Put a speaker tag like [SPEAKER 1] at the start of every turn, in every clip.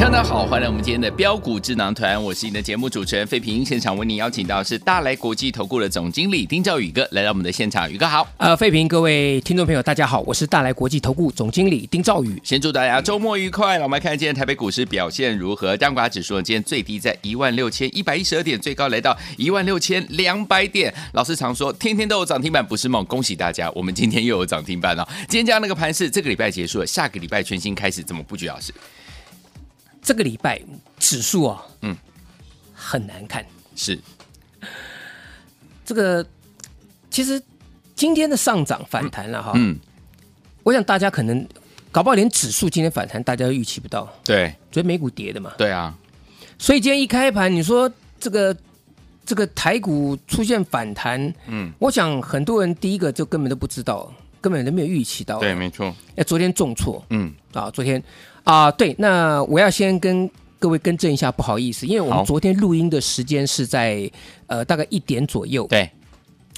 [SPEAKER 1] 大家好，欢迎来我们今天的标股智囊团，我是你的节目主持人费平。现场为您邀请到是大来国际投顾的总经理丁兆宇哥来到我们的现场，宇哥好。
[SPEAKER 2] 呃，费平，各位听众朋友，大家好，我是大来国际投顾总经理丁兆宇。
[SPEAKER 1] 先祝大家周末愉快。那我们来看今天台北股市表现如何？加权指数呢，今天最低在一万六千一百一十二点，最高来到一万六千两百点。老师常说，天天都有涨停板不是梦，恭喜大家，我们今天又有涨停板了、哦。今天这样的一个盘势，这个礼拜结束了，下个礼拜全新开始，怎么布局？老师，
[SPEAKER 2] 这个礼拜指数啊，
[SPEAKER 1] 嗯
[SPEAKER 2] 嗯，很难看。
[SPEAKER 1] 是
[SPEAKER 2] 这个其实今天的上涨反弹了哈，
[SPEAKER 1] 嗯，
[SPEAKER 2] 我想大家可能搞不好连指数今天反弹，大家都预期不到。
[SPEAKER 1] 对
[SPEAKER 2] 昨天美股跌的嘛，
[SPEAKER 1] 对啊，
[SPEAKER 2] 所以今天一开盘，你说这个这个台股出现反弹，
[SPEAKER 1] 嗯
[SPEAKER 2] 嗯，我想很多人第一个就根本都不知道，根本都没有预期到。
[SPEAKER 1] 对，，没错，
[SPEAKER 2] 哎，昨天重挫，
[SPEAKER 1] 嗯，
[SPEAKER 2] 啊，昨天啊，对，那我要先跟各位更正一下，不好意思，因为我
[SPEAKER 1] 好
[SPEAKER 2] 们昨天录音的时间是在呃大概一点左右，，
[SPEAKER 1] 对，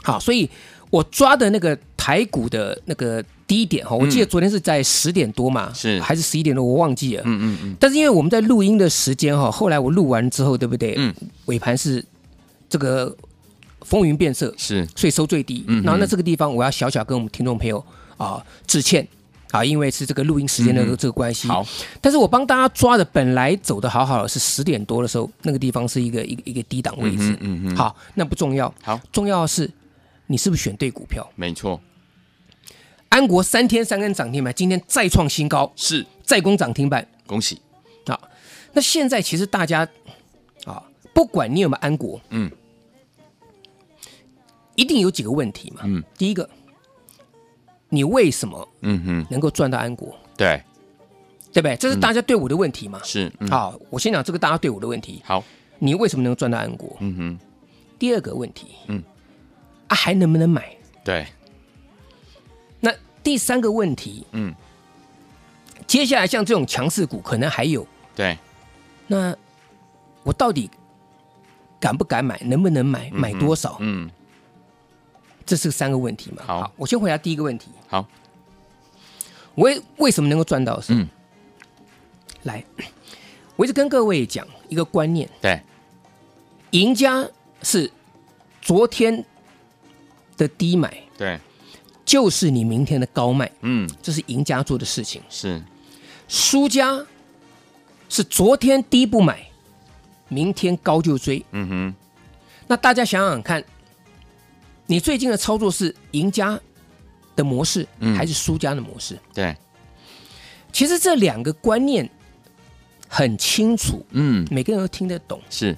[SPEAKER 2] 好，所以我抓的那个台股的那个低点哈，我记得昨天是在十点多嘛，
[SPEAKER 1] 嗯是
[SPEAKER 2] 还是十一点多，我忘记了，
[SPEAKER 1] 嗯嗯嗯，
[SPEAKER 2] 但是因为我们在录音的时间哈，后来我录完之后，对不对？
[SPEAKER 1] 嗯，
[SPEAKER 2] 尾盘是这个风云变色，
[SPEAKER 1] 是
[SPEAKER 2] 所以收最低。
[SPEAKER 1] 嗯哼
[SPEAKER 2] 然后那这个地方我要小小跟我们听众朋友啊、致歉啊，因为是这个录音时间的
[SPEAKER 1] 嗯哼
[SPEAKER 2] 这个关系。
[SPEAKER 1] 好，
[SPEAKER 2] 但是我帮大家抓的本来走的好好的是十点多的时候，那个地方是一个一个一个低档位置。
[SPEAKER 1] 嗯哼，
[SPEAKER 2] 好，那不重要，
[SPEAKER 1] 好，
[SPEAKER 2] 重要的是你是不是选对股票？
[SPEAKER 1] 没错，
[SPEAKER 2] 安国三天三根涨停板，今天再创新高，
[SPEAKER 1] 是
[SPEAKER 2] 再攻涨停板。
[SPEAKER 1] 恭喜，
[SPEAKER 2] 啊。那现在其实大家啊，不管你有没有安国，
[SPEAKER 1] 嗯，
[SPEAKER 2] 一定有几个问题嘛。
[SPEAKER 1] 嗯，
[SPEAKER 2] 第一个，你为什么
[SPEAKER 1] 嗯哼，
[SPEAKER 2] 能够赚到安国？
[SPEAKER 1] 对，
[SPEAKER 2] 对不对？这是大家对我的问题嘛。
[SPEAKER 1] 是，嗯，
[SPEAKER 2] 好，我先讲这个大家对我的问题，
[SPEAKER 1] 好，
[SPEAKER 2] 你为什么能够赚到安国？
[SPEAKER 1] 嗯哼，
[SPEAKER 2] 第二个问题，
[SPEAKER 1] 嗯，
[SPEAKER 2] 啊，还能不能买？
[SPEAKER 1] 对，
[SPEAKER 2] 那第三个问题，
[SPEAKER 1] 嗯，
[SPEAKER 2] 接下来像这种强势股可能还有，
[SPEAKER 1] 对，
[SPEAKER 2] 那我到底敢不敢买？能不能买？买多少？
[SPEAKER 1] 嗯，
[SPEAKER 2] 这是三个问题嘛。
[SPEAKER 1] 好
[SPEAKER 2] 我先回答第一个问题，
[SPEAKER 1] 好，
[SPEAKER 2] 我为为什么能够赚到是？
[SPEAKER 1] 嗯
[SPEAKER 2] 来， 我一直跟各位讲一个观念，
[SPEAKER 1] 对，
[SPEAKER 2] 赢家是昨天的低买，
[SPEAKER 1] 对，
[SPEAKER 2] 就是你明天的高卖，
[SPEAKER 1] 嗯，
[SPEAKER 2] 这是赢家做的事情。
[SPEAKER 1] 是，
[SPEAKER 2] 输家是昨天低不买，明天高就追。
[SPEAKER 1] 嗯哼，
[SPEAKER 2] 那大家想想看，你最近的操作是赢家的模式，
[SPEAKER 1] 嗯
[SPEAKER 2] 还是输家的模式？
[SPEAKER 1] 对，
[SPEAKER 2] 其实这两个观念很清楚，
[SPEAKER 1] 嗯，
[SPEAKER 2] 每个人都听得懂，
[SPEAKER 1] 是，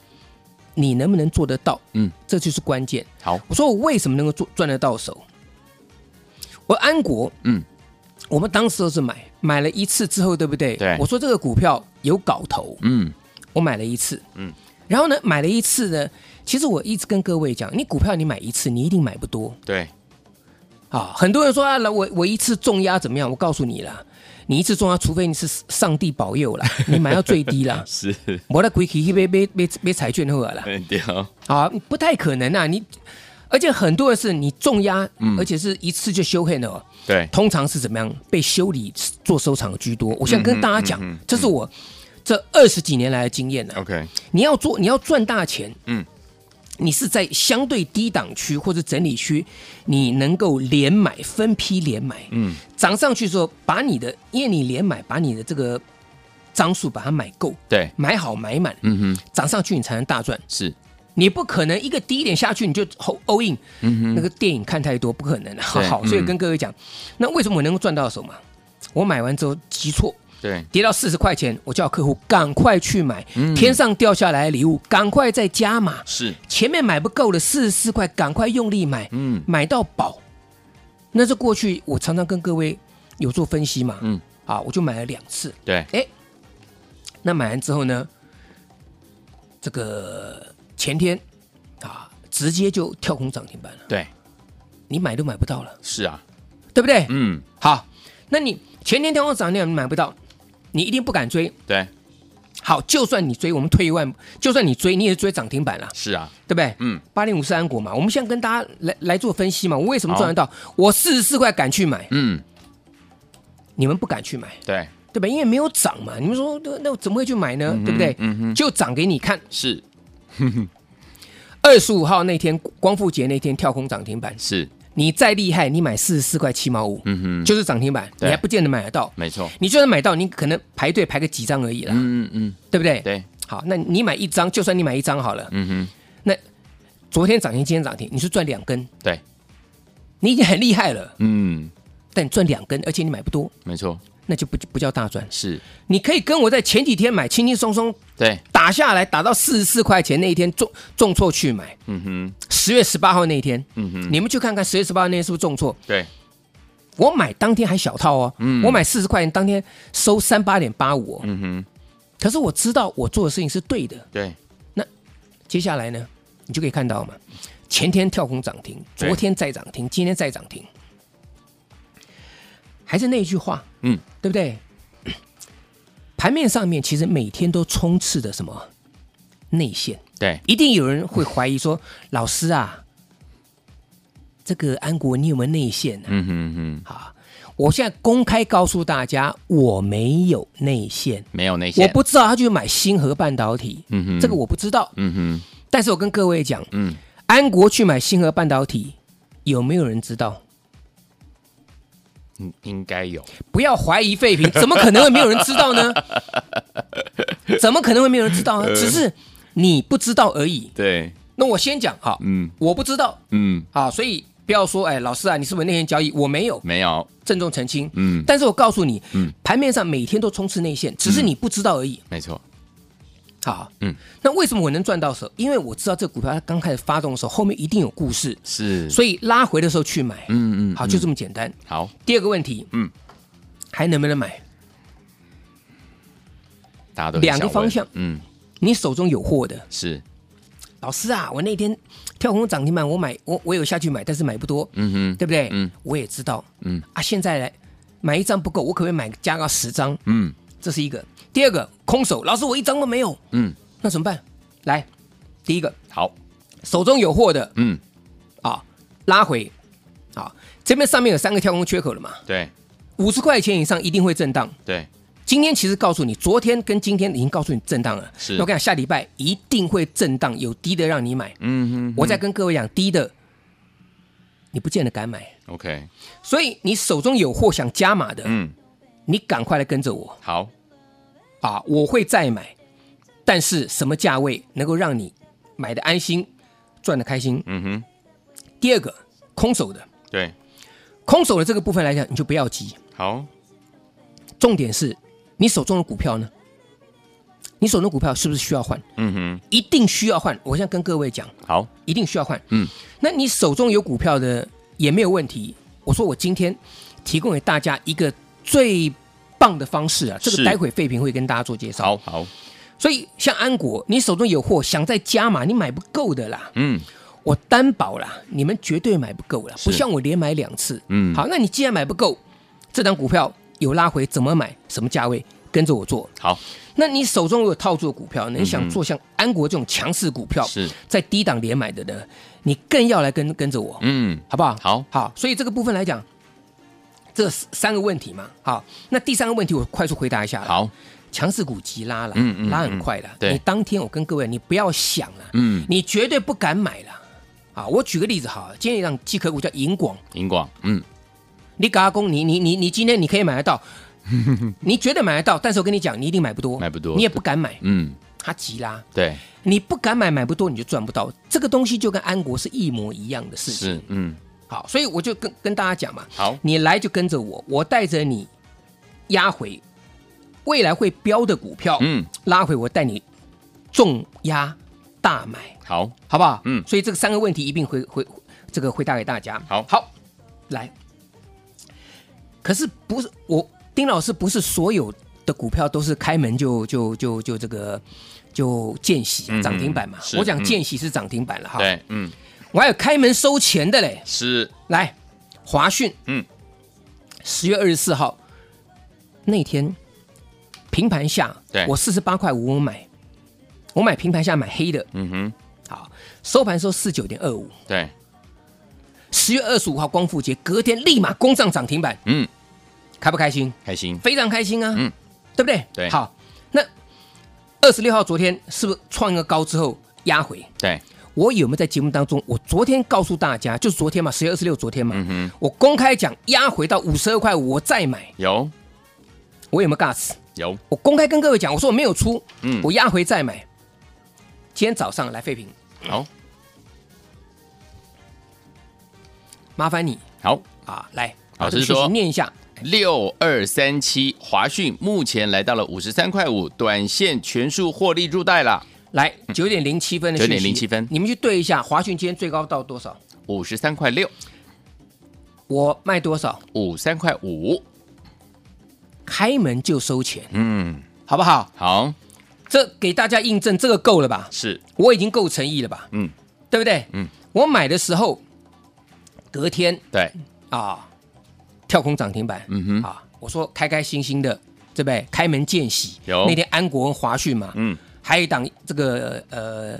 [SPEAKER 2] 你能不能做得到？
[SPEAKER 1] 嗯，
[SPEAKER 2] 这就是关键。
[SPEAKER 1] 好，
[SPEAKER 2] 我说我为什么能够做赚得到手？我安国，
[SPEAKER 1] 嗯，
[SPEAKER 2] 我们当时都是买，买了一次之后，对不对？
[SPEAKER 1] 对
[SPEAKER 2] 我说这个股票有搞头，
[SPEAKER 1] 嗯，
[SPEAKER 2] 我买了一次，
[SPEAKER 1] 嗯，
[SPEAKER 2] 然后呢，买了一次呢，其实我一直跟各位讲，你股票你买一次，你一定买不多
[SPEAKER 1] 对，，
[SPEAKER 2] 啊。很多人说啊，来我我一次重压怎么样？我告诉你啦，你一次重压，除非你是上帝保佑啦，你买到最低啦
[SPEAKER 1] 是，
[SPEAKER 2] 我的鬼去去买买买买彩券后啦，
[SPEAKER 1] 很屌，
[SPEAKER 2] 啊，不太可能啊，你。而且很多的是你重压，
[SPEAKER 1] 嗯
[SPEAKER 2] 而且是一次就修 h 了哦，
[SPEAKER 1] 对，
[SPEAKER 2] 通常是怎么样被修理做收场居多。我想
[SPEAKER 1] 嗯哼
[SPEAKER 2] 跟大家讲，
[SPEAKER 1] 嗯哼
[SPEAKER 2] 这是我这二十几年来的经验呢、啊
[SPEAKER 1] ，OK，
[SPEAKER 2] 你要做，你要赚大钱，
[SPEAKER 1] 嗯
[SPEAKER 2] 嗯，你是在相对低档区或者整理区，你能够连买，分批连买，
[SPEAKER 1] 嗯，
[SPEAKER 2] 涨上去之后，把你的，因为你连买，把你的这个张数把它买够，
[SPEAKER 1] 对，
[SPEAKER 2] 买好买满，
[SPEAKER 1] 嗯哼，
[SPEAKER 2] 涨上去你才能大赚。
[SPEAKER 1] 是，
[SPEAKER 2] 你不可能一个低点下去你就 all all in，、那个电影看太多不可能的、
[SPEAKER 1] 嗯对
[SPEAKER 2] 好，所以
[SPEAKER 1] 嗯
[SPEAKER 2] 跟各位讲，那为什么我能够赚到手嘛？我买完之后急错，
[SPEAKER 1] 对，
[SPEAKER 2] 跌到四十块钱，我叫客户赶快去买，
[SPEAKER 1] 嗯
[SPEAKER 2] 天上掉下来的礼物，赶快再加码。
[SPEAKER 1] 是，
[SPEAKER 2] 前面买不够了，四十四块，赶快用力买，
[SPEAKER 1] 嗯
[SPEAKER 2] 买到饱。那是过去我常常跟各位有做分析嘛，
[SPEAKER 1] 嗯，
[SPEAKER 2] 啊，我就买了两次。
[SPEAKER 1] 对，
[SPEAKER 2] 哎，那买完之后呢，这个前天啊，直接就跳空涨停板了，
[SPEAKER 1] 对，
[SPEAKER 2] 你买都买不到了，
[SPEAKER 1] 是啊，
[SPEAKER 2] 对不对？
[SPEAKER 1] 嗯，
[SPEAKER 2] 好，那你前天跳空涨停板你买不到，你一定不敢追。
[SPEAKER 1] 对，
[SPEAKER 2] 好，就算你追，我们退一万步，就算你追，你也是追涨停板了，
[SPEAKER 1] 是啊，
[SPEAKER 2] 对不对？
[SPEAKER 1] 嗯，
[SPEAKER 2] 八零五是安国嘛，我们现在跟大家来来做分析嘛，我为什么赚得到？我四十四块敢去买，
[SPEAKER 1] 嗯，
[SPEAKER 2] 你们不敢去买，
[SPEAKER 1] 对，
[SPEAKER 2] 对吧？因为没有涨嘛，你们说那那我怎么会去买呢？对不对？
[SPEAKER 1] 嗯哼
[SPEAKER 2] 就涨给你看。
[SPEAKER 1] 是
[SPEAKER 2] 二十五号那天光复节那天跳空涨停板，
[SPEAKER 1] 是，
[SPEAKER 2] 你再厉害，你买四十四块七毛五，
[SPEAKER 1] 嗯哼，
[SPEAKER 2] 就是涨停板，你
[SPEAKER 1] 对
[SPEAKER 2] 还不见得买得到。
[SPEAKER 1] 没错，
[SPEAKER 2] 你就算买到，你可能排队排个几张而已啦，
[SPEAKER 1] 嗯嗯嗯，
[SPEAKER 2] 对不对？。
[SPEAKER 1] 对，
[SPEAKER 2] 好，那你买一张，就算你买一张好了，
[SPEAKER 1] 嗯哼，
[SPEAKER 2] 昨天涨停，今天涨停，你是赚两根，
[SPEAKER 1] 对，
[SPEAKER 2] 你已经很厉害了，
[SPEAKER 1] 嗯，
[SPEAKER 2] 但你赚两根，而且你买不多，
[SPEAKER 1] 没错，
[SPEAKER 2] 那就不不叫大赚。
[SPEAKER 1] 是，
[SPEAKER 2] 你可以跟我在前几天买，轻轻松松
[SPEAKER 1] 对，
[SPEAKER 2] 打下来，打到四十四块钱那一天重重挫去买，
[SPEAKER 1] 嗯哼，
[SPEAKER 2] 十月十八号那一天，
[SPEAKER 1] 嗯哼，
[SPEAKER 2] 你们去看看十月十八号那天是不是重挫？
[SPEAKER 1] 对，
[SPEAKER 2] 我买当天还小套哦，
[SPEAKER 1] 嗯
[SPEAKER 2] 我买四十块钱，当天收三八点八五，哦
[SPEAKER 1] 嗯哼，
[SPEAKER 2] 可是我知道我做的事情是对的。
[SPEAKER 1] 对，
[SPEAKER 2] 接下来呢，你就可以看到嘛，前天跳空涨停，
[SPEAKER 1] 对
[SPEAKER 2] 昨天再涨停，今天再涨停，还是那一句话，
[SPEAKER 1] 嗯，
[SPEAKER 2] 对不对？ 盘面上面其实每天都充斥着什么内线，
[SPEAKER 1] 对，
[SPEAKER 2] 一定有人会怀疑说，老师啊，这个安国你有没有内线呢、
[SPEAKER 1] 嗯哼哼，
[SPEAKER 2] 啊，我现在公开告诉大家，我没有内线，
[SPEAKER 1] 没有那些，
[SPEAKER 2] 我，不知道他去买星河半导体，
[SPEAKER 1] 嗯哼
[SPEAKER 2] 这个我不知道。
[SPEAKER 1] 嗯哼，
[SPEAKER 2] 但是我跟各位讲，
[SPEAKER 1] 嗯，
[SPEAKER 2] 安国去买星河半导体，有没有人知道？
[SPEAKER 1] 应应该有，
[SPEAKER 2] 不要怀疑废品，怎么可能会没有人知 道呢？怎么可能会没有人知道
[SPEAKER 1] 呃
[SPEAKER 2] 呢？只是你不知道而已。
[SPEAKER 1] 对，
[SPEAKER 2] 那我先讲哈，
[SPEAKER 1] 嗯
[SPEAKER 2] 我不知道
[SPEAKER 1] 嗯，
[SPEAKER 2] 啊，所以不要说，哎，老师啊，你是不是内线交易？我没有，
[SPEAKER 1] 没有，
[SPEAKER 2] 郑重澄清。
[SPEAKER 1] 嗯，
[SPEAKER 2] 但是我告诉你
[SPEAKER 1] 嗯，
[SPEAKER 2] 盘面上每天都充斥内线，只是你不知道而已。
[SPEAKER 1] 没错，
[SPEAKER 2] 好，
[SPEAKER 1] 嗯
[SPEAKER 2] 嗯，那为什么我能赚到手？因为我知道这股票它刚开始发动的时候，后面一定有故事，
[SPEAKER 1] 是，
[SPEAKER 2] 所以拉回的时候去买。
[SPEAKER 1] 嗯嗯嗯，
[SPEAKER 2] 好，
[SPEAKER 1] 嗯
[SPEAKER 2] 就这么简单。
[SPEAKER 1] 好，
[SPEAKER 2] 第二个问题，
[SPEAKER 1] 嗯
[SPEAKER 2] 嗯，还能不能买？
[SPEAKER 1] 大家都很
[SPEAKER 2] 两个
[SPEAKER 1] 想
[SPEAKER 2] 方
[SPEAKER 1] 问
[SPEAKER 2] 向
[SPEAKER 1] 嗯，
[SPEAKER 2] 你手中有货的，
[SPEAKER 1] 是，
[SPEAKER 2] 老师啊，我那天跳空涨停板，我买我我有下去买，但是买不多，
[SPEAKER 1] 嗯哼，
[SPEAKER 2] 对不对？
[SPEAKER 1] 嗯
[SPEAKER 2] 嗯，我也知道，
[SPEAKER 1] 嗯
[SPEAKER 2] 嗯啊，现在来买一张不够，我可不可以买加到十张？
[SPEAKER 1] 嗯
[SPEAKER 2] 这是一个。第二个空手，老师我一张都没有，
[SPEAKER 1] 嗯，
[SPEAKER 2] 那怎么办？来，第一个
[SPEAKER 1] 好，
[SPEAKER 2] 手中有货的
[SPEAKER 1] 嗯，
[SPEAKER 2] 啊，拉回啊，这边上面有三个跳空缺口了嘛，
[SPEAKER 1] 对
[SPEAKER 2] 五十块钱以上一定会震荡。
[SPEAKER 1] 对，
[SPEAKER 2] 今天其实告诉你，昨天跟今天已经告诉你震荡了。
[SPEAKER 1] 是
[SPEAKER 2] 那我跟你讲，下礼拜一定会震荡，有低的让你买。
[SPEAKER 1] 嗯哼
[SPEAKER 2] 我再跟各位讲，低的你不见得敢买，
[SPEAKER 1] ，OK，
[SPEAKER 2] 所以你手中有货想加码的，
[SPEAKER 1] 嗯，
[SPEAKER 2] 你赶快来跟着我
[SPEAKER 1] 好，
[SPEAKER 2] 啊！我会再买，但是什么价位能够让你买的安心，赚的开心？
[SPEAKER 1] 嗯哼，
[SPEAKER 2] 第二个，空手的，
[SPEAKER 1] 对，
[SPEAKER 2] 空手的这个部分来讲，你就不要急。
[SPEAKER 1] 好，
[SPEAKER 2] 重点是你手中的股票呢，你手中的股票是不是需要换？
[SPEAKER 1] 嗯
[SPEAKER 2] 一定需要换。我现在跟各位讲，
[SPEAKER 1] 哼，好，
[SPEAKER 2] 一定需要换。
[SPEAKER 1] 嗯，
[SPEAKER 2] 那你手中有股票的也没有问题。我说我今天提供给大家一个最棒的方式啊，这
[SPEAKER 1] 是
[SPEAKER 2] 个待会废品会跟大家做介
[SPEAKER 1] 好
[SPEAKER 2] 绍。
[SPEAKER 1] 好，
[SPEAKER 2] 所以像安国，你手中有货，想再加码，你买不够的啦，
[SPEAKER 1] 嗯
[SPEAKER 2] 我担保啦，你们绝对买不够啦，
[SPEAKER 1] 是
[SPEAKER 2] 不像我连买两次。
[SPEAKER 1] 嗯，，
[SPEAKER 2] 好，那你既然买不够，这张股票有拉回，怎么买，什么价位，跟着我做。
[SPEAKER 1] 好，
[SPEAKER 2] 那你手中如果套住的股票，
[SPEAKER 1] 嗯
[SPEAKER 2] 你
[SPEAKER 1] 哼
[SPEAKER 2] 想做像安国这种强势股票，
[SPEAKER 1] 是，
[SPEAKER 2] 在低档连买的呢，你更要来跟跟着我，
[SPEAKER 1] 嗯，
[SPEAKER 2] 好不好？
[SPEAKER 1] 好
[SPEAKER 2] 好，所以这个部分来讲，这三个问题嘛，好，那第三个问题我快速回答一下。，
[SPEAKER 1] 好，
[SPEAKER 2] 强势股急拉了，
[SPEAKER 1] 嗯嗯
[SPEAKER 2] 拉很快了。
[SPEAKER 1] 对
[SPEAKER 2] 你当天我跟各位，你不要想了，
[SPEAKER 1] 嗯，
[SPEAKER 2] 你绝对不敢买了。啊，我举个例子好了，今天一档绩可股叫银广，
[SPEAKER 1] 银广，嗯，
[SPEAKER 2] 你嘎工，你你你你今天你可以买得 到，你绝对买得到，但是我跟你讲，你一定买不多，
[SPEAKER 1] 买不多
[SPEAKER 2] 你也不敢买，
[SPEAKER 1] 嗯，
[SPEAKER 2] 它急拉，
[SPEAKER 1] 对，
[SPEAKER 2] 你不敢买，买不多，你就赚不到。这个东西就跟安国是一模一样的事情。
[SPEAKER 1] 是，嗯，
[SPEAKER 2] 好，所以我就跟跟大家讲嘛，
[SPEAKER 1] 好，
[SPEAKER 2] 你来就跟着我，我带着你压回，未来会飙的股票，
[SPEAKER 1] 嗯，
[SPEAKER 2] 拉回我带你重压大买，
[SPEAKER 1] 好，
[SPEAKER 2] 好不好？
[SPEAKER 1] 嗯
[SPEAKER 2] 所以这个三个问题一并回回这个回答给大家。
[SPEAKER 1] 好
[SPEAKER 2] 好，来，可是不是我丁老师不是所有的股票都是开门就就就就这个就见喜
[SPEAKER 1] 嗯
[SPEAKER 2] 涨停板嘛？
[SPEAKER 1] 是
[SPEAKER 2] 我讲
[SPEAKER 1] 嗯
[SPEAKER 2] 见喜是涨停板了哈。，
[SPEAKER 1] 对，嗯，
[SPEAKER 2] 我还有开门收钱的嘞。
[SPEAKER 1] 是，
[SPEAKER 2] 来，华讯，
[SPEAKER 1] 嗯，
[SPEAKER 2] 十月二十四号那天平盘下，
[SPEAKER 1] 对
[SPEAKER 2] 我四十八块五我买，我买平盘下买黑的，
[SPEAKER 1] 嗯哼，
[SPEAKER 2] 好，收盘收四九点二五。
[SPEAKER 1] 对，
[SPEAKER 2] 十月二十五号光复节，隔天立马攻上涨停板，
[SPEAKER 1] 嗯，
[SPEAKER 2] 开不开心？
[SPEAKER 1] 开心，
[SPEAKER 2] 非常开心啊，
[SPEAKER 1] 嗯，
[SPEAKER 2] 对不对？
[SPEAKER 1] 对
[SPEAKER 2] 好，那二十六号昨天是不是创一个高之后压回？
[SPEAKER 1] 对，
[SPEAKER 2] 我有没有在节目当中？我昨天告诉大家，就是昨天嘛，十月二十六，昨天嘛，
[SPEAKER 1] 嗯哼，
[SPEAKER 2] 我公开讲压回到五十二块，我再买，
[SPEAKER 1] 有
[SPEAKER 2] 我有没有 gas？
[SPEAKER 1] 有，
[SPEAKER 2] 我公开跟各位讲，我说我没有出，
[SPEAKER 1] 嗯，
[SPEAKER 2] 我压回再买。今天早上来废品，
[SPEAKER 1] 好，
[SPEAKER 2] 麻烦你
[SPEAKER 1] 好，
[SPEAKER 2] 啊，来，
[SPEAKER 1] 老
[SPEAKER 2] 把这个
[SPEAKER 1] 师
[SPEAKER 2] 讯息
[SPEAKER 1] 说
[SPEAKER 2] 念一下，
[SPEAKER 1] 六二三七华讯目前来到了五十三块五，短线全数获利入袋了，
[SPEAKER 2] 来
[SPEAKER 1] 嗯
[SPEAKER 2] 九点零七分的讯息
[SPEAKER 1] 9.07分
[SPEAKER 2] 你们去对一下，华讯今天最高到多少？
[SPEAKER 1] 五十三块六，
[SPEAKER 2] 我卖多少？
[SPEAKER 1] 五三块五，
[SPEAKER 2] 开门就收钱，
[SPEAKER 1] 嗯，
[SPEAKER 2] 好不好？
[SPEAKER 1] 好，
[SPEAKER 2] 这给大家印证，这个够了吧？
[SPEAKER 1] 是，
[SPEAKER 2] 我已经够诚意了吧？
[SPEAKER 1] 嗯，
[SPEAKER 2] 对不对？
[SPEAKER 1] 嗯，
[SPEAKER 2] 我买的时候，隔天
[SPEAKER 1] 对，
[SPEAKER 2] 啊，跳空涨停板，
[SPEAKER 1] 嗯哼，
[SPEAKER 2] 啊，我说开开心心的，对不对？开门见喜。
[SPEAKER 1] 有
[SPEAKER 2] 那天安国跟华讯嘛，
[SPEAKER 1] 嗯，
[SPEAKER 2] 还有一档这个呃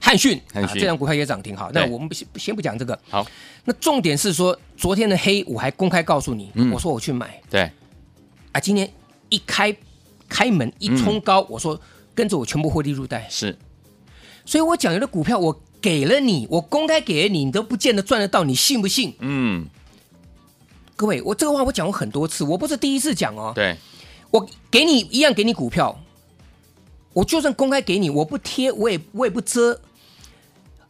[SPEAKER 2] 汉讯，啊
[SPEAKER 1] 汉讯
[SPEAKER 2] 这档股票也涨停。好，
[SPEAKER 1] 对
[SPEAKER 2] 那我们不先不先不讲这个。
[SPEAKER 1] 好，
[SPEAKER 2] 那重点是说，昨天的黑我还公开告诉你，
[SPEAKER 1] 嗯
[SPEAKER 2] 我说我去买
[SPEAKER 1] 对，
[SPEAKER 2] 啊，今天一开开门一冲高，
[SPEAKER 1] 嗯
[SPEAKER 2] 我说跟着我全部获利入袋。
[SPEAKER 1] 是，
[SPEAKER 2] 所以我讲有的股票我给了你，我公开给了你，你都不见得赚得到，你信不信？
[SPEAKER 1] 嗯，
[SPEAKER 2] 各位，我这个话我讲过很多次，我不是第一次讲哦。
[SPEAKER 1] 对，
[SPEAKER 2] 我给你一样给你股票，我就算公开给你，我不贴，我也我也不遮，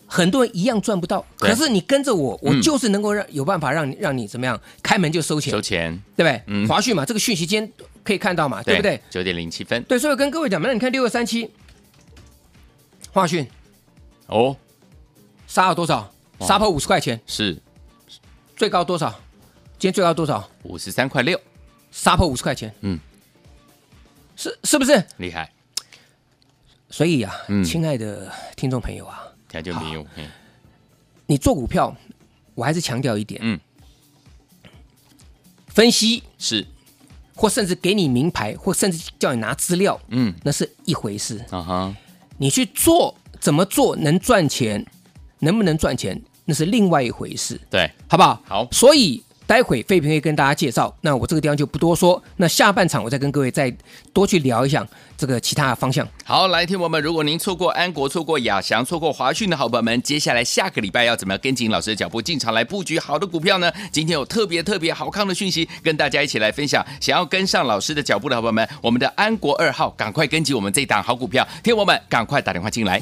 [SPEAKER 2] 很多人一样赚不到。
[SPEAKER 1] 对
[SPEAKER 2] 可是你跟着我，我
[SPEAKER 1] 嗯
[SPEAKER 2] 就是能够让、有办法让你让你怎么样，开门就收钱，
[SPEAKER 1] 收钱，
[SPEAKER 2] 对不对？
[SPEAKER 1] 嗯
[SPEAKER 2] 华讯嘛，这个讯息今天可以看到嘛，对不对？？
[SPEAKER 1] 九点零七分，
[SPEAKER 2] 对，所以我跟各位讲嘛，那你看六二三七，华讯
[SPEAKER 1] 哦，
[SPEAKER 2] 杀了多少？
[SPEAKER 1] 哇
[SPEAKER 2] 杀破五十块钱，
[SPEAKER 1] 是
[SPEAKER 2] 最高多少？今天最高多少？
[SPEAKER 1] 五十三块六，
[SPEAKER 2] 杀破五十块钱，
[SPEAKER 1] 嗯，
[SPEAKER 2] 是是不是？
[SPEAKER 1] 厉害，
[SPEAKER 2] 所以啊，
[SPEAKER 1] 嗯
[SPEAKER 2] 亲爱的听众朋友啊，
[SPEAKER 1] 条件没有，嗯
[SPEAKER 2] 你做股票，我还是强调一点，
[SPEAKER 1] 嗯，
[SPEAKER 2] 分析
[SPEAKER 1] 是，
[SPEAKER 2] 或甚至给你名牌，或甚至叫你拿资料，
[SPEAKER 1] 嗯，
[SPEAKER 2] 那是一回事。
[SPEAKER 1] 啊哈，
[SPEAKER 2] 你去做，怎么做能赚钱，能不能赚钱，那是另外一回事，
[SPEAKER 1] 对，
[SPEAKER 2] 好不好？
[SPEAKER 1] 好
[SPEAKER 2] 所以。待会费平会跟大家介绍，那我这个地方就不多说。那下半场我再跟各位再多去聊一下这个其他的方向。
[SPEAKER 1] 好，来听我们，如果您错过安国、错过亚翔、错过华讯的好朋友们，接下来下个礼拜要怎么样跟紧老师的脚步进场来布局好的股票呢？今天有特别特别好看的讯息跟大家一起来分享。想要跟上老师的脚步的好朋友们，我们的安国二号赶快跟紧我们这档好股票，听我们赶快打电话进来。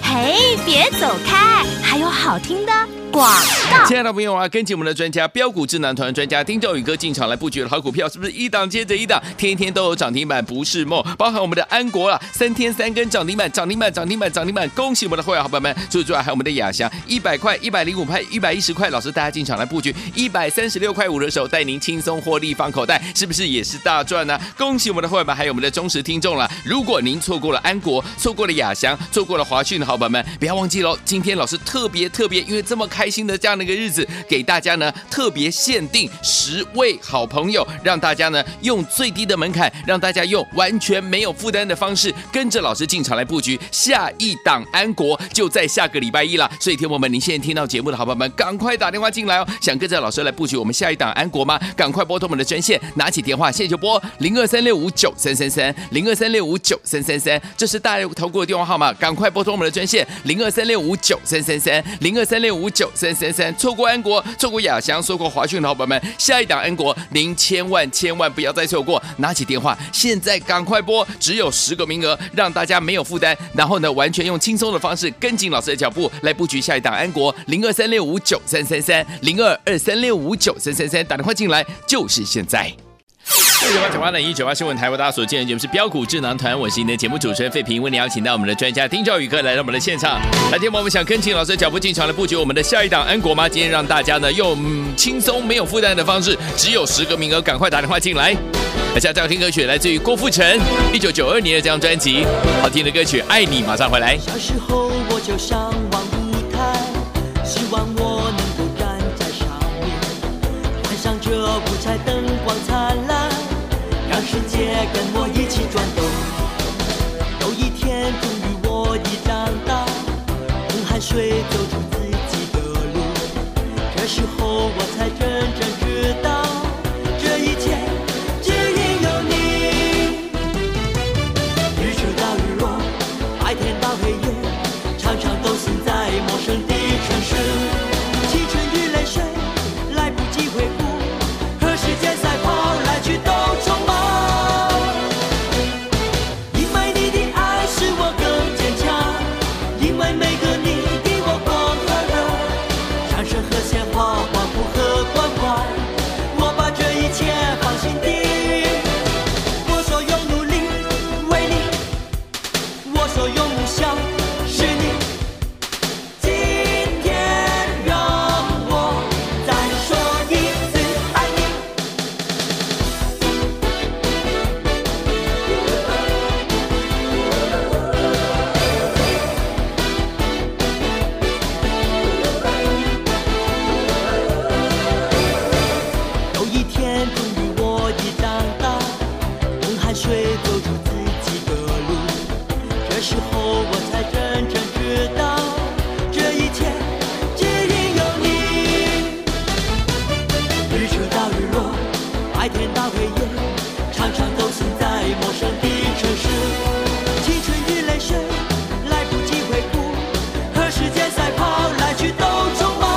[SPEAKER 3] 嘿，别走开，还有好听的广告。
[SPEAKER 1] 亲爱的朋友啊，跟紧我们的专家标股智囊团专家丁兆宇哥进场来布局的好股票，是不是一档接着一档，天天都有涨停板不是梦？包含我们的安国啊，三天三根涨停板，涨停板，涨停板，涨停板，恭喜我们的会员好朋友们！除此之外，还有我们的雅翔，一百块、一百零五块、一百一十块，老师大家进场来布局，一百三十六块五的时候带您轻松获利放口袋，是不是也是大赚呢、啊恭喜我们的会员们，还有我们的忠实听众了。如果您错过了安国，错过了雅翔，错过了华讯的好朋友们，不要忘记喽，今天老师特别特别，因为这么开心的这样的一个日子，给大家呢特别限定十位好朋友，让大家呢用最低的门槛，让大家用完全没有负担的方式，跟着老师进场来布局下一档安国，就在下个礼拜一啦。所以，听友们，您现在听到节目的好朋友们，赶快打电话进来哦！想跟着老师来布局我们下一档安国吗？赶快拨通我们的专线，拿起电话现在就拨零二三六五九三三三零二三六五九三三三，这是大投顾的电话号码，赶快拨通我们的专线零二三六五九三三三零二三六五九三三三。错过安国，错过亚翔，错过华讯的好朋友们，下一档安国您千万千万不要再错过，拿起电话现在赶快拨，只有十个名额，让大家没有负担，然后呢，完全用轻松的方式跟紧老师的脚步来布局下一档安国零二三六五九三三三零二二三六五九三三三，打电话进来就是现在。四九八九八零一九八新闻台，为大家所见的节目是标股智囊团，我是你的节目主持人费平，为你邀请到我们的专家丁兆宇哥来到我们的现场。来，天我们想跟进老师的脚步进场来布局我们的下一档安国吗？今天让大家呢用嗯轻松没有负担的方式，只有十个名额，赶快打电话进来。而下这要听歌曲来自于郭富城一九九二年的这张专辑，好听的歌曲《爱你》，马上回来。
[SPEAKER 4] 小时候我就向往舞台，希望我能够站在上面，幻想着五彩灯光灿烂，让世界跟我一起转动。有一天，终于我已长大，用汗水走出自己的路。这时候我才真正知道，这一切只因有你。日出到日落，白天到黑夜，常常都行在陌生的城市。青春与泪水来不及回顾，和时间赛跑，来去都匆忙。因为你的爱使我更坚强，因为每个你给我光和热，掌声和鲜花，欢呼和关怀，我把这一切放心底。我所有努力为你，我所有梦想是你。今天让我再说一次爱你。有一天，终于我已长大，用汗水走出自己的路。这时候我才真正知道，这一切只因有你。日出到日落，白天到黑夜，常常都行在陌生的城市。青春与泪水来不及回顾，和时间赛跑，来去都匆忙。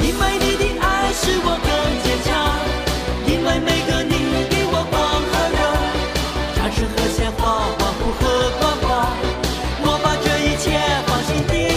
[SPEAKER 4] 因为你的爱使我更坚强，因为每个你给我光和热，掌声和鲜花，欢呼和关怀，我把这一切放心底。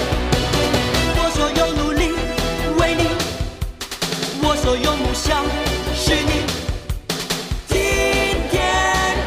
[SPEAKER 4] 我所有努力为你，我所有梦想是你。今天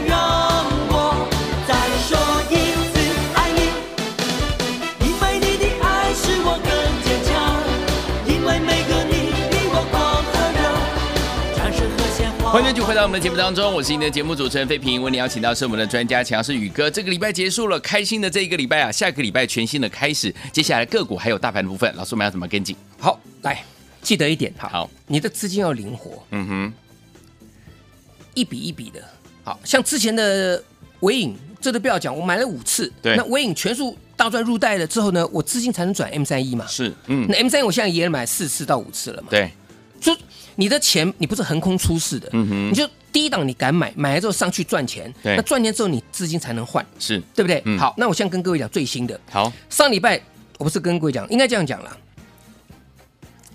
[SPEAKER 4] 让我再说一次爱你，因为你的爱使我更坚强，因为每个你给我光和热，掌声和鲜花。
[SPEAKER 1] 欢迎继续回到我们的节目当中，我是您的节目主持人费平。为您邀请到是我们的专家强势宇哥。这个礼拜结束了，开心的这一个礼拜啊，下个礼拜全新的开始。接下来个股还有大盘的部分，老师我们要怎么跟进？
[SPEAKER 2] 好，来记得一点哈，
[SPEAKER 1] 好，
[SPEAKER 2] 你的资金要灵活，
[SPEAKER 1] 嗯哼，
[SPEAKER 2] 一笔一笔的。好像之前的微影，这都不要讲，我买了五次，
[SPEAKER 1] 对
[SPEAKER 2] 那微影全数大赚入袋了之后呢，我资金才能转 M 三一嘛。
[SPEAKER 1] 是，嗯
[SPEAKER 2] 那，M 三一我现在也买四次到五次了嘛。
[SPEAKER 1] 对，嗯
[SPEAKER 2] 就你的钱，你不是横空出世的，你就低档你敢买，买了之后上去赚钱，
[SPEAKER 1] 对
[SPEAKER 2] 那赚钱之后你资金才能换，
[SPEAKER 1] 是，
[SPEAKER 2] 对不对？
[SPEAKER 1] 嗯
[SPEAKER 2] 好，那我现在跟各位讲最新的，
[SPEAKER 1] 好，
[SPEAKER 2] 上礼拜我不是跟各位讲，应该这样讲啦。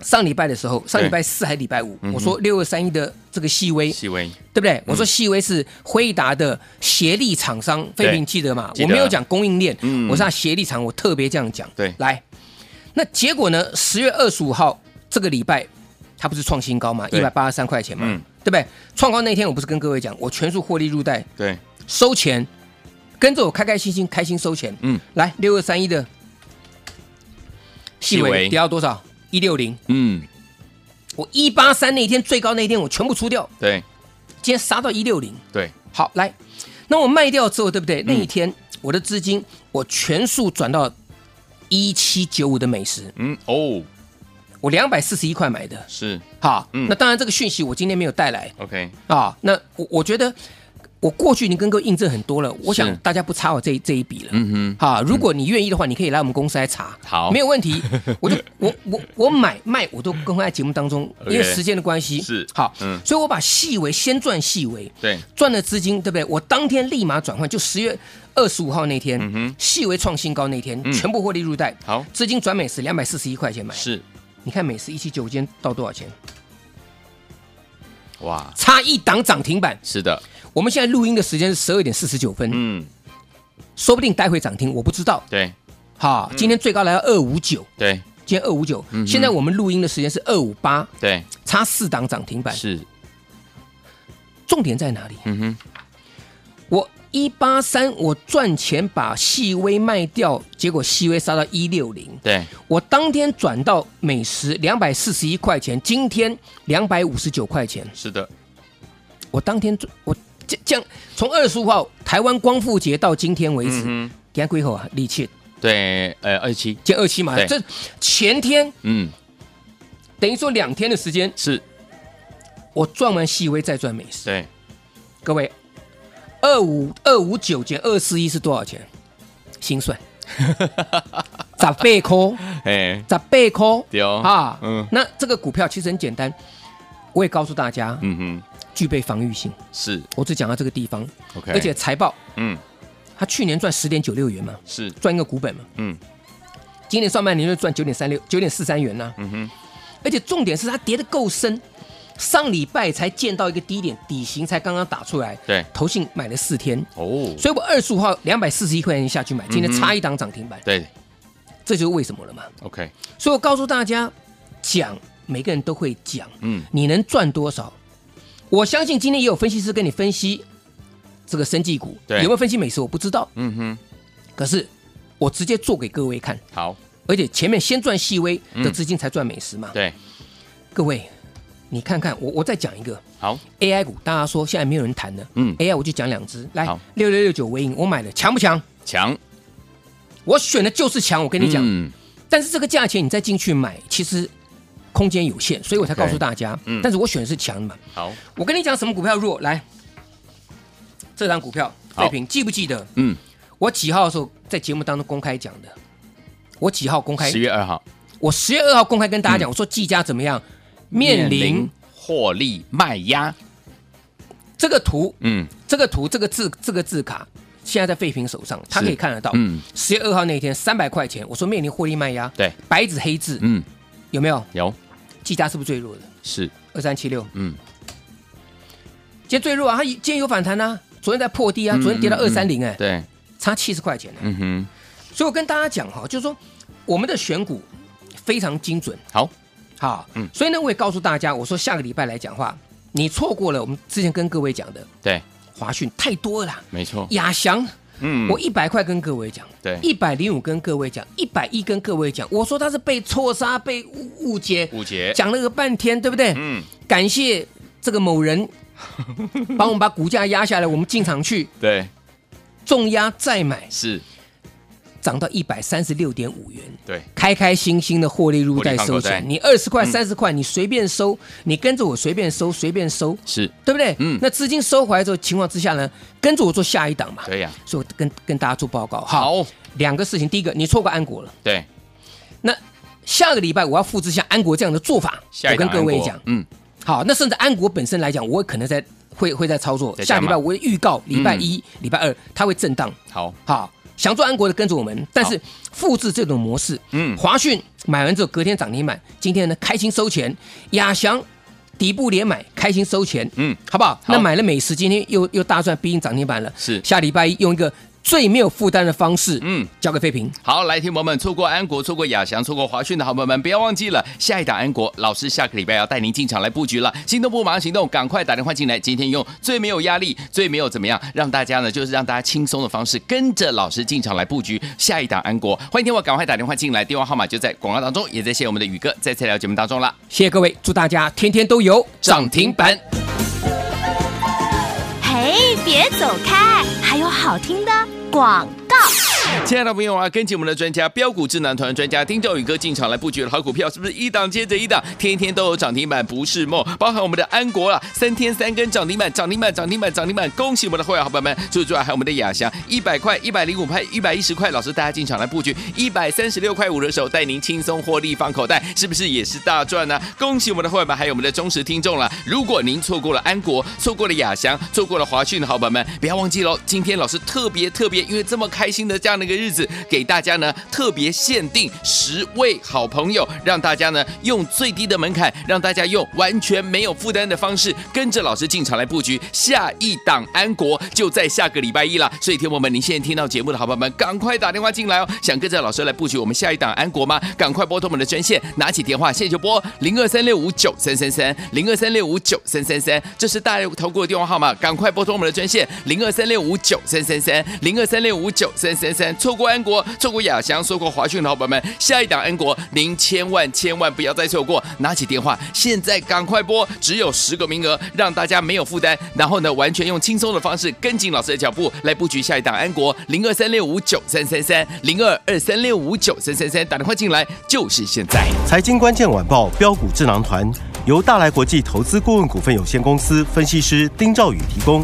[SPEAKER 2] 上礼拜的时候，上礼拜四还是礼拜五，我说六二三一的这个细微，
[SPEAKER 1] 嗯细嗯微，
[SPEAKER 2] 对不对？我说细微是辉达的协力厂商，费平记得吗？
[SPEAKER 1] 记得
[SPEAKER 2] 我没有讲供应链，
[SPEAKER 1] 嗯
[SPEAKER 2] 我是它协力厂，我特别这样讲。
[SPEAKER 1] 对
[SPEAKER 2] 来，那结果呢？十月二十五号这个礼拜，它不是创新高嘛，一
[SPEAKER 1] 对
[SPEAKER 2] 百八十三块钱嘛，
[SPEAKER 1] 嗯
[SPEAKER 2] 对不对？创高那天，我不是跟各位讲，我全数获利入袋，
[SPEAKER 1] 对，
[SPEAKER 2] 收钱，跟着我开开心心，开心收钱。
[SPEAKER 1] 嗯，
[SPEAKER 2] 来六二三一的细
[SPEAKER 1] 细微
[SPEAKER 2] 微跌到多少？一六零，
[SPEAKER 1] 嗯，
[SPEAKER 2] 我一八三那一天最高那一天我全部出掉，
[SPEAKER 1] 对，
[SPEAKER 2] 今天杀到一六零。
[SPEAKER 1] 对，
[SPEAKER 2] 好，来，那我卖掉之后，对不
[SPEAKER 1] 嗯
[SPEAKER 2] 对？那一天我的资金我全数转到一七九五的美食，
[SPEAKER 1] 嗯，哦，
[SPEAKER 2] 我两百四十一块买的。
[SPEAKER 1] 是
[SPEAKER 2] 好，
[SPEAKER 1] 嗯
[SPEAKER 2] 那当然这个讯息我今天没有带来
[SPEAKER 1] ，OK，
[SPEAKER 2] 啊。那我我觉得我过去已经跟各位印证很多了，我想
[SPEAKER 1] 是
[SPEAKER 2] 大家不差我这一这一笔了。
[SPEAKER 1] 嗯
[SPEAKER 2] 好，如果你愿意的话，你可以来我们公司来查，
[SPEAKER 1] 好
[SPEAKER 2] 没有问 题。我就我我我买卖我都公开在节目当中，
[SPEAKER 1] OK
[SPEAKER 2] 因为时间的关系
[SPEAKER 1] 是
[SPEAKER 2] 好，
[SPEAKER 1] 嗯
[SPEAKER 2] 所以我把细微先赚细微，
[SPEAKER 1] 对，
[SPEAKER 2] 赚了资金，对不对？我当天立马转换，就十月二十五号那天
[SPEAKER 1] 嗯哼，
[SPEAKER 2] 细微创新高那天，
[SPEAKER 1] 嗯
[SPEAKER 2] 全部获利入袋，
[SPEAKER 1] 好
[SPEAKER 2] 资金转美食两百四十一块钱买
[SPEAKER 1] 哼，，是
[SPEAKER 2] 你看美食一七九间到多少钱？
[SPEAKER 1] 哇，
[SPEAKER 2] 差一档涨停板，
[SPEAKER 1] 是的，
[SPEAKER 2] 我们现在录音的时间是十二点四十九分，
[SPEAKER 1] 嗯，
[SPEAKER 2] 说不定待会涨停，我不知道。
[SPEAKER 1] 对嗯
[SPEAKER 2] 好，今天最高来到二五九，
[SPEAKER 1] 对
[SPEAKER 2] 今天二五九
[SPEAKER 1] 嗯，哼
[SPEAKER 2] 现在我们录音的时间是二五八，
[SPEAKER 1] 对，
[SPEAKER 2] 差四档涨停板。
[SPEAKER 1] 是，
[SPEAKER 2] 重点在哪里？
[SPEAKER 1] 嗯哼，
[SPEAKER 2] 我一八三，我赚钱把细微卖掉，结果细微杀到一六零。
[SPEAKER 1] 对，
[SPEAKER 2] 我当天转到美食两百四十一块钱，今天两百五十九块钱。
[SPEAKER 1] 是的，
[SPEAKER 2] 我当天转我这这样从二十五号台湾光复节到今天为止，
[SPEAKER 1] 嗯
[SPEAKER 2] 给他归口啊，力气
[SPEAKER 1] 哼，对，呃，二七，
[SPEAKER 2] 减二七嘛，
[SPEAKER 1] 对
[SPEAKER 2] 这前天
[SPEAKER 1] 嗯，
[SPEAKER 2] 等于说两天的时间，
[SPEAKER 1] 是
[SPEAKER 2] 我赚完细微再赚美食。
[SPEAKER 1] 对，
[SPEAKER 2] 各位，二五二五九减二四一是多少钱？心算，十八块，
[SPEAKER 1] 哎，
[SPEAKER 2] 十八
[SPEAKER 1] 对哦
[SPEAKER 2] 块啊。
[SPEAKER 1] 嗯
[SPEAKER 2] 嗯，那这个股票其实很简单，我也告诉大家，
[SPEAKER 1] 嗯
[SPEAKER 2] 具备防御性。
[SPEAKER 1] 哼，是
[SPEAKER 2] 我只讲到这个地方，
[SPEAKER 1] ，OK，
[SPEAKER 2] 而且，财报
[SPEAKER 1] 嗯，
[SPEAKER 2] 它去年赚十点九六元嘛，
[SPEAKER 1] 是，
[SPEAKER 2] 赚一个股本嘛。
[SPEAKER 1] 嗯
[SPEAKER 2] 今年上半年就赚九点三六、九点四三元呐、
[SPEAKER 1] 嗯哼，
[SPEAKER 2] 而且重点是它跌得够深，上礼拜才见到一个低点，底型才刚刚打出来。
[SPEAKER 1] 对
[SPEAKER 2] 投信买了四天，
[SPEAKER 1] 哦，
[SPEAKER 2] 所以我二十五号两百四十一块钱下去买，今天
[SPEAKER 1] 嗯哼
[SPEAKER 2] 差一档涨停板，
[SPEAKER 1] 对
[SPEAKER 2] 这就是为什么了嘛。
[SPEAKER 1] ，OK，
[SPEAKER 2] 所以我告诉大家，讲每个人都会讲，
[SPEAKER 1] 嗯，
[SPEAKER 2] 你能赚多少？我相信今天也有分析师跟你分析这个生技股，
[SPEAKER 1] 对
[SPEAKER 2] 有没有分析美食我不知道，
[SPEAKER 1] 嗯哼，
[SPEAKER 2] 可是我直接做给各位看，
[SPEAKER 1] 好，
[SPEAKER 2] 而且前面先赚细微的
[SPEAKER 1] 嗯
[SPEAKER 2] 资金才赚美食嘛。
[SPEAKER 1] 对，
[SPEAKER 2] 各位，你看看我，我再讲一个
[SPEAKER 1] 好，
[SPEAKER 2] AI 股，大家说现在没有人谈的，
[SPEAKER 1] 嗯
[SPEAKER 2] 嗯，AI 我就讲两只，来
[SPEAKER 1] 好
[SPEAKER 2] 六六六九微影，我买了强不强？
[SPEAKER 1] 强，
[SPEAKER 2] 我选的就是强，我跟你讲，
[SPEAKER 1] 嗯
[SPEAKER 2] 但是这个价钱你再进去买，其实空间有限，所以我才
[SPEAKER 1] OK，
[SPEAKER 2] 告诉大家。
[SPEAKER 1] 嗯
[SPEAKER 2] 但是我选的是强的嘛。
[SPEAKER 1] 好，
[SPEAKER 2] 我跟你讲什么股票弱，来，这张股票
[SPEAKER 1] 好
[SPEAKER 2] 废品记不记得？
[SPEAKER 1] 嗯，
[SPEAKER 2] 我几号的时候在节目当中公开讲的？我几号公开
[SPEAKER 1] 十？月嗯二号
[SPEAKER 2] 我十月二号公开跟大家讲，我说技嘉怎么样面临
[SPEAKER 1] 获利卖压，
[SPEAKER 2] 这个图，
[SPEAKER 1] 嗯，
[SPEAKER 2] 这个图，这个字，这个字卡，现在在废品手上，他
[SPEAKER 1] 是
[SPEAKER 2] 可以看得到。
[SPEAKER 1] 嗯，
[SPEAKER 2] 十月二号那一天，三百块钱，我说面临获利卖压，
[SPEAKER 1] 对，
[SPEAKER 2] 白纸黑字，
[SPEAKER 1] 嗯，
[SPEAKER 2] 有没有？
[SPEAKER 1] 有，
[SPEAKER 2] 技嘉是不是最弱的？
[SPEAKER 1] 是，
[SPEAKER 2] 二三七六，
[SPEAKER 1] 嗯，
[SPEAKER 2] 今天最弱啊，它今天有反弹呐、昨天在破低啊，昨天跌到
[SPEAKER 1] 嗯
[SPEAKER 2] 二
[SPEAKER 1] 嗯
[SPEAKER 2] 三零哎，
[SPEAKER 1] 对，
[SPEAKER 2] 差七十块钱、哎
[SPEAKER 1] 嗯哼，
[SPEAKER 2] 所以我跟大家讲哈，就是说我们的选股非常精准，
[SPEAKER 1] 好，
[SPEAKER 2] 哈，
[SPEAKER 1] 嗯
[SPEAKER 2] 所以呢，我也告诉大家，我说下个礼拜来讲话，你错过了我们之前跟各位讲的
[SPEAKER 1] 对，
[SPEAKER 2] 华讯太多了啦，
[SPEAKER 1] 没错，
[SPEAKER 2] 亚翔。
[SPEAKER 1] 嗯
[SPEAKER 2] 我一百块跟各位讲，
[SPEAKER 1] 对
[SPEAKER 2] 一百零五跟各位讲，一百一跟各位讲，我说他是被错杀、被误误解，
[SPEAKER 1] 五节，
[SPEAKER 2] 讲了个半天，对不对？
[SPEAKER 1] 嗯，
[SPEAKER 2] 感谢这个某人帮我们把股价压下来，我们进场去
[SPEAKER 1] 对，
[SPEAKER 2] 重压再买，
[SPEAKER 1] 是，
[SPEAKER 2] 涨到一百三十六点五元，
[SPEAKER 1] 对，
[SPEAKER 2] 开开心心的获利入袋收
[SPEAKER 1] 获利放口袋
[SPEAKER 2] 钱。你二十块、
[SPEAKER 1] 嗯
[SPEAKER 2] 三十块，你随便收，你跟着我随便收，随便收，
[SPEAKER 1] 是，
[SPEAKER 2] 对不对？
[SPEAKER 1] 嗯
[SPEAKER 2] 那资金收回来之后情况之下呢，跟着我做下一档嘛。
[SPEAKER 1] 对呀，
[SPEAKER 2] 所以我跟跟大家做报告，好，
[SPEAKER 1] 好，
[SPEAKER 2] 两个事情，第一个你错过安国了，
[SPEAKER 1] 对，
[SPEAKER 2] 那下个礼拜我要复制像安国这样的做法，
[SPEAKER 1] 下一
[SPEAKER 2] 我跟
[SPEAKER 1] 档
[SPEAKER 2] 各位
[SPEAKER 1] 韩国
[SPEAKER 2] 讲，
[SPEAKER 1] 嗯，
[SPEAKER 2] 好，那甚至安国本身来讲，我可能在会会在操作，
[SPEAKER 1] 再加
[SPEAKER 2] 下礼拜
[SPEAKER 1] 码嗯
[SPEAKER 2] 我会预告礼拜一、礼拜二它会震荡，
[SPEAKER 1] 好，
[SPEAKER 2] 好，想做安国的跟着我们，但是复制这种模式，
[SPEAKER 1] 嗯
[SPEAKER 2] 华讯买完之后隔天涨停板，今天呢开心收钱，亚翔底部连买开心收钱，
[SPEAKER 1] 嗯，
[SPEAKER 2] 好不好？
[SPEAKER 1] 好
[SPEAKER 2] 那买了美食，今天又又大赚，逼近涨停板了，
[SPEAKER 1] 是
[SPEAKER 2] 下礼拜一用一个最没有负担的方式，
[SPEAKER 1] 嗯
[SPEAKER 2] 嗯，交给费平。
[SPEAKER 1] 好，来，听友们，错过安国、错过亚翔、错过华讯的好朋友们，不要忘记了，下一档安国老师下个礼拜要带您进场来布局了。心动不如马上行动，赶快打电话进来。今天用最没有压力、最没有怎么样，让大家呢就是让大家轻松的方式，跟着老师进场来布局下一档安国。欢迎听我赶快打电话进来，电话号码就在广告当中，也在谢谢我们的宇哥在这条节目当中啦。
[SPEAKER 2] 谢谢各位，祝大家天天都有
[SPEAKER 1] 涨停板。
[SPEAKER 3] 嘿，别走开，还有好听的广告。
[SPEAKER 1] 亲爱的朋友啊，跟紧我们的专家标股智囊团专家丁兆宇哥进场来布局的好股票，是不是一档接着一档，天天都有涨停板不是梦？包含我们的安国啊，三天三根涨停板，涨停板，涨停板，涨停板，恭喜我们的会员好朋友们！除此之外，还有我们的雅翔一百块、一百零五块、一百一十块，老师大家进场来布局一百三十六块五的时候，带您轻松获利放口袋，是不是也是大赚呢、啊恭喜我们的会员们，还有我们的忠实听众了。如果您错过了安国，错过了雅翔，错过了华讯的好朋友们，不要忘记喽，今天老师特别特别，因为这么开心的这样的一个日子，给大家呢特别限定十位好朋友，让大家呢用最低的门槛，让大家用完全没有负担的方式，跟着老师进场来布局下一档安国，就在下个礼拜一啦。所以，听友们，您现在听到节目的好朋友们，赶快打电话进来哦！想跟着老师来布局我们下一档安国吗？赶快拨通我们的专线，拿起电话现在就拨零二三六五九三三三零二三六五九三三三，这是大投顾的电话号码，赶快拨通我们的专线零二三六五九三三三零二三六五九三三三。错过安国，错过亚翔，错过华讯的好朋友们，下一档安国您千万千万不要再错过，拿起电话现在赶快拨，只有十个名额，让大家没有负担，然后呢，完全用轻松的方式跟紧老师的脚步来布局下一档安国零二三六五九三三三零二二三六五九三三三，打电话进来就是现在。
[SPEAKER 5] 财经关键晚报标股智囊团由大来国际投资顾问股份有限公司分析师丁兆宇提供。